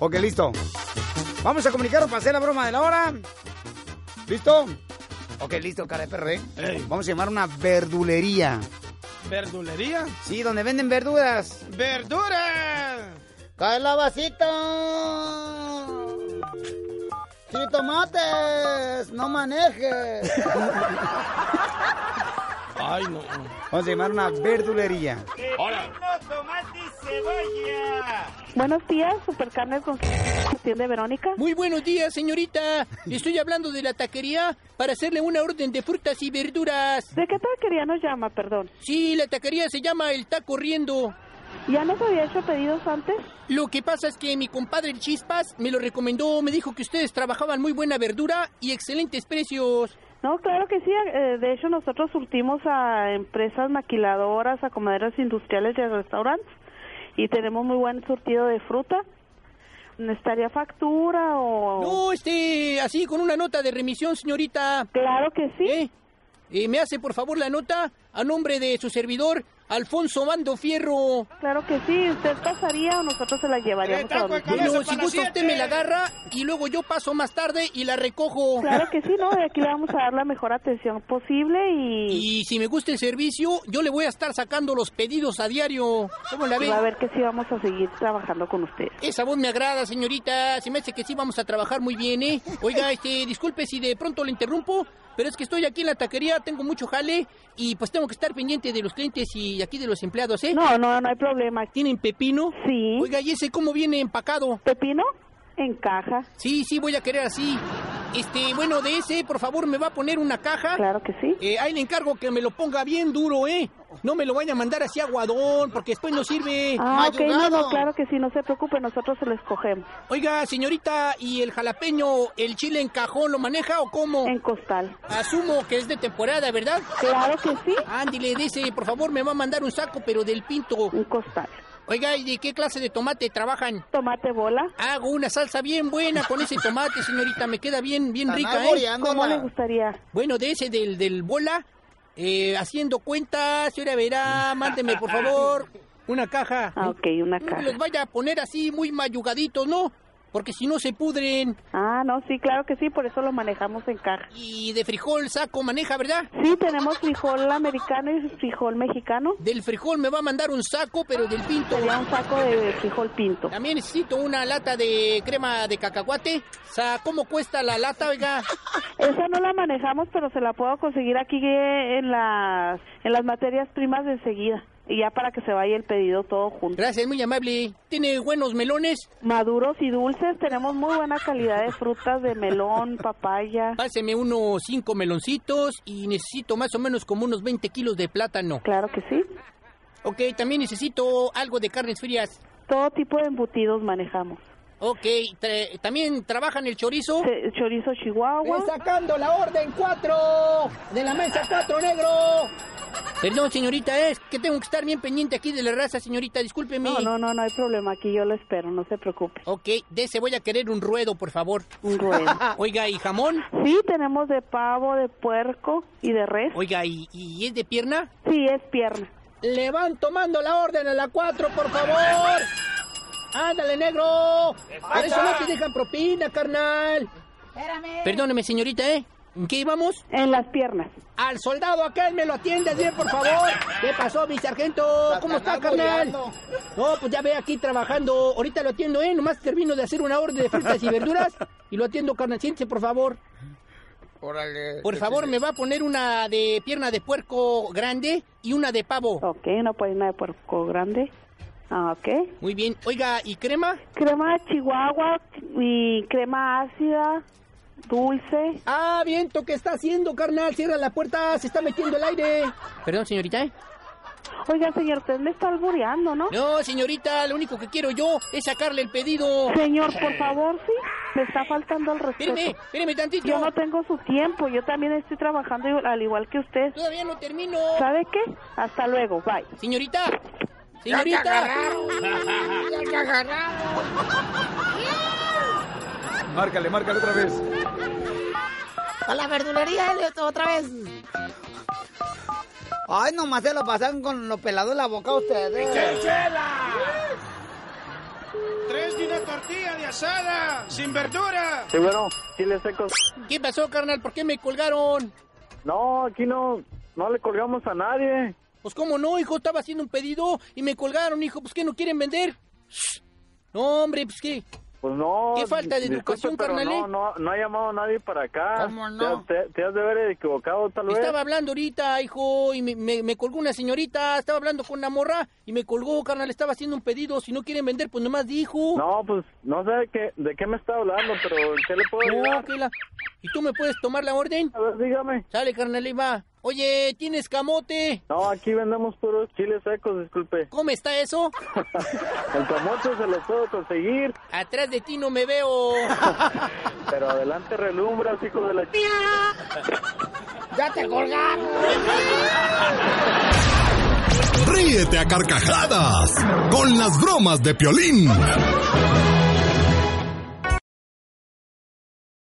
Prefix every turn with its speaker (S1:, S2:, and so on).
S1: Ok, listo. Vamos a comunicarnos para hacer la broma de la hora. ¿Listo? Ok, listo, cara de perro, ¿eh? Vamos a llamar una verdulería.
S2: ¿Verdulería?
S1: Sí, donde venden verduras.
S2: ¡Verdura!
S1: ¡Calabacita! ¡Jitomates! ¡No manejes!
S2: Ay, no.
S1: Vamos a llamar una verdulería.
S3: Hola. tomate y cebolla.
S4: Buenos días, Supercarnes con atiende Verónica.
S5: Muy buenos días, señorita. Estoy hablando de la taquería para hacerle una orden de frutas y verduras.
S4: ¿De qué taquería nos llama, perdón?
S5: Sí, la taquería se llama El Taco Riendo.
S4: ¿Ya nos había hecho pedidos antes?
S5: Lo que pasa es que mi compadre el Chispas me lo recomendó, me dijo que ustedes trabajaban muy buena verdura y excelentes precios.
S4: No, claro que sí. eh, de hecho, nosotros surtimos a empresas maquiladoras, a comaderas industriales y a restaurantes. Y tenemos muy buen surtido de fruta. ¿Estaría factura o...?
S5: No, este, así con una nota de remisión, señorita.
S4: Claro que sí.
S5: ¿Eh? Eh, ¿Me hace por favor la nota a nombre de su servidor, Alfonso Mando Fierro?
S4: Claro que sí. ¿Usted pasaría o nosotros se la llevaríamos a
S2: Taco de
S4: donde
S2: cabeza.
S4: quiera?
S5: Bueno,
S2: para
S5: si
S2: las
S5: gusta usted
S2: siete.
S5: me la agarra y luego yo paso más tarde y la recojo.
S4: Claro que sí, ¿no? De aquí le vamos a dar la mejor atención posible y...
S5: Y si me gusta el servicio, yo le voy a estar sacando los pedidos a diario. ¿Cómo la
S4: y
S5: ve?
S4: va a ver que sí vamos a seguir trabajando con ustedes.
S5: Esa voz me agrada, señorita. Se me hace que sí vamos a trabajar muy bien, ¿eh? Oiga, este, disculpe si de pronto le interrumpo, pero es que estoy aquí en la taquería, tengo mucho jale y pues tengo que estar pendiente de los clientes y aquí de los empleados, ¿eh?
S4: No, no, no hay problema.
S5: ¿Tienen pepino?
S4: Sí.
S5: Oiga, ¿y ese cómo viene empacado?
S4: ¿Pepino? En caja.
S5: Sí, sí, voy a querer así. Este, bueno, de ese, por favor, me va a poner una caja.
S4: Claro que sí.
S5: Eh, ahí le encargo que me lo ponga bien duro, ¿eh? No me lo vaya a mandar así aguadón, porque después no sirve.
S4: Ah, ok, no,
S1: ayudado.
S4: no, claro que sí, no se preocupe, nosotros se lo escogemos.
S5: Oiga, señorita, ¿y el jalapeño, el chile en cajón, lo maneja o cómo?
S4: En costal.
S5: Asumo que es de temporada, ¿verdad?
S4: Claro que sí,
S5: Ándile, dice, por favor, me va a mandar un saco, pero del pinto.
S4: en costal.
S5: Oiga, ¿y de qué clase de tomate trabajan?
S4: Tomate bola.
S5: Hago una salsa bien buena con ese tomate, señorita, me queda bien, bien rica, ¿eh?
S4: ¿Cómo le gustaría?
S5: Bueno, de ese, del, del bola, eh, haciendo cuentas, señora verá, mándeme, por favor, una caja.
S4: Ah, ok, una
S5: No me los
S4: caja.
S5: vaya a poner así muy mayugaditos, ¿no? Porque si no se pudren.
S4: Ah, no, sí, claro que sí, por eso lo manejamos en caja.
S5: Y de frijol saco maneja, ¿verdad?
S4: Sí, tenemos frijol americano y frijol mexicano.
S5: Del frijol me va a mandar un saco, pero del pinto.
S4: Sería un saco de frijol pinto.
S5: También necesito una lata de crema de cacahuate. O sea, ¿cómo cuesta la lata, oiga?
S4: Esa no la manejamos, pero se la puedo conseguir aquí eh, en las, en las materias primas de enseguida. Y ya para que se vaya el pedido todo junto.
S5: Gracias, muy amable. ¿Tiene buenos melones?
S4: maduros y dulces. Tenemos muy buena calidad de frutas de melón, papaya.
S5: Páseme unos cinco meloncitos y necesito más o menos como unos 20 kilos de plátano.
S4: Claro que sí.
S5: Ok, también necesito algo de carnes frías.
S4: Todo tipo de embutidos manejamos.
S5: Ok, tra- también trabajan el chorizo.
S4: Ce- Chorizo
S5: Ven
S4: chihuahua.
S5: sacando la orden 4 de la mesa 4 negro. Perdón, señorita, es que tengo que estar bien pendiente aquí de la raza, señorita, discúlpeme.
S4: No, no, no, no hay problema. Aquí yo lo espero, no se preocupe.
S5: Ok, de ese voy a querer un ruedo, por favor.
S4: Un ruedo.
S5: Oiga, ¿y jamón?
S4: Sí, tenemos de pavo, de puerco y de res.
S5: Oiga, ¿y, y es de pierna?
S4: Sí, es pierna.
S5: Le van tomando la orden a la 4, por favor. Ándale, negro. Por eso no te dejan propina, carnal. Espérame. Perdóneme, señorita, ¿eh? ¿En qué íbamos?
S4: En las piernas.
S5: Al soldado aquel me lo atiendes bien, por favor. ¿Qué pasó, mi sargento? ¿Cómo está, carnal? No, pues ya ve aquí trabajando. Ahorita lo atiendo, ¿eh? Nomás termino de hacer una orden de frutas y verduras y lo atiendo, carnal. Siéntese, por favor.
S1: Órale.
S5: Por favor, me va a poner una de pierna de puerco grande y una de pavo.
S4: Ok, una polina de puerco grande. Ah, ok.
S5: Muy bien. Oiga, ¿y crema?
S4: Crema chihuahua y crema ácida, dulce.
S5: Ah, viento, ¿qué está haciendo, carnal? Cierra la puerta, se está metiendo el aire. Perdón, señorita, ¿eh?
S4: Oiga, señor, usted me está albureando, ¿no?
S5: No, señorita, lo único que quiero yo es sacarle el pedido.
S4: Señor, por favor, sí, me está faltando al respeto.
S5: Espéreme, espéreme tantito.
S4: Yo no tengo su tiempo, yo también estoy trabajando igual- al igual que usted.
S5: Todavía no termino.
S4: ¿Sabe qué? Hasta luego, bye.
S5: Señorita,
S1: ¡Ya te
S5: señorita.
S1: agarraron! ¡Ya te agarraron! Márcale, márcale otra vez.
S6: A la verdulería, Leo, otra vez.
S1: Ay, nomás se lo pasan con los pelados en la boca a ustedes.
S2: ¡Chela! Tres de una tortilla de asada, sin verdura.
S7: Sí, bueno, chiles secos.
S5: ¿Qué pasó, carnal? ¿Por qué me colgaron?
S7: No, aquí no, no le colgamos a nadie.
S5: Pues cómo no, hijo, estaba haciendo un pedido y me colgaron, hijo. Pues qué no quieren vender. Shh. No, hombre, pues qué.
S7: Pues no.
S5: Qué falta de educación,
S7: pero
S5: carnal,
S7: No,
S5: ¿eh?
S7: no, no ha llamado nadie para acá.
S1: ¿Cómo no?
S7: Te, te- te has de haber equivocado, tal vez.
S5: Estaba hablando ahorita, hijo, y me, me- me colgó una señorita, estaba hablando con una morra y me colgó, carnal, estaba haciendo un pedido, si no quieren vender, pues nomás dijo.
S7: No, pues no sé de qué, de qué me está hablando, pero ¿en ¿qué le puedo
S5: No,
S7: ayudar?
S5: que Oh, la- ¿Y tú me puedes tomar la orden?
S7: A ver, dígame.
S5: Sale, carnal, ahí va. Oye, ¿tienes camote?
S7: No, aquí vendemos puros chiles secos, disculpe.
S5: ¿Cómo está eso?
S7: El camote se lo puedo conseguir,
S5: Atrás de ti no me veo.
S7: pero adelante relumbras, hijo de la ch...
S1: ¡Ya te colgaron!
S8: Ríete a carcajadas con las bromas de Piolín.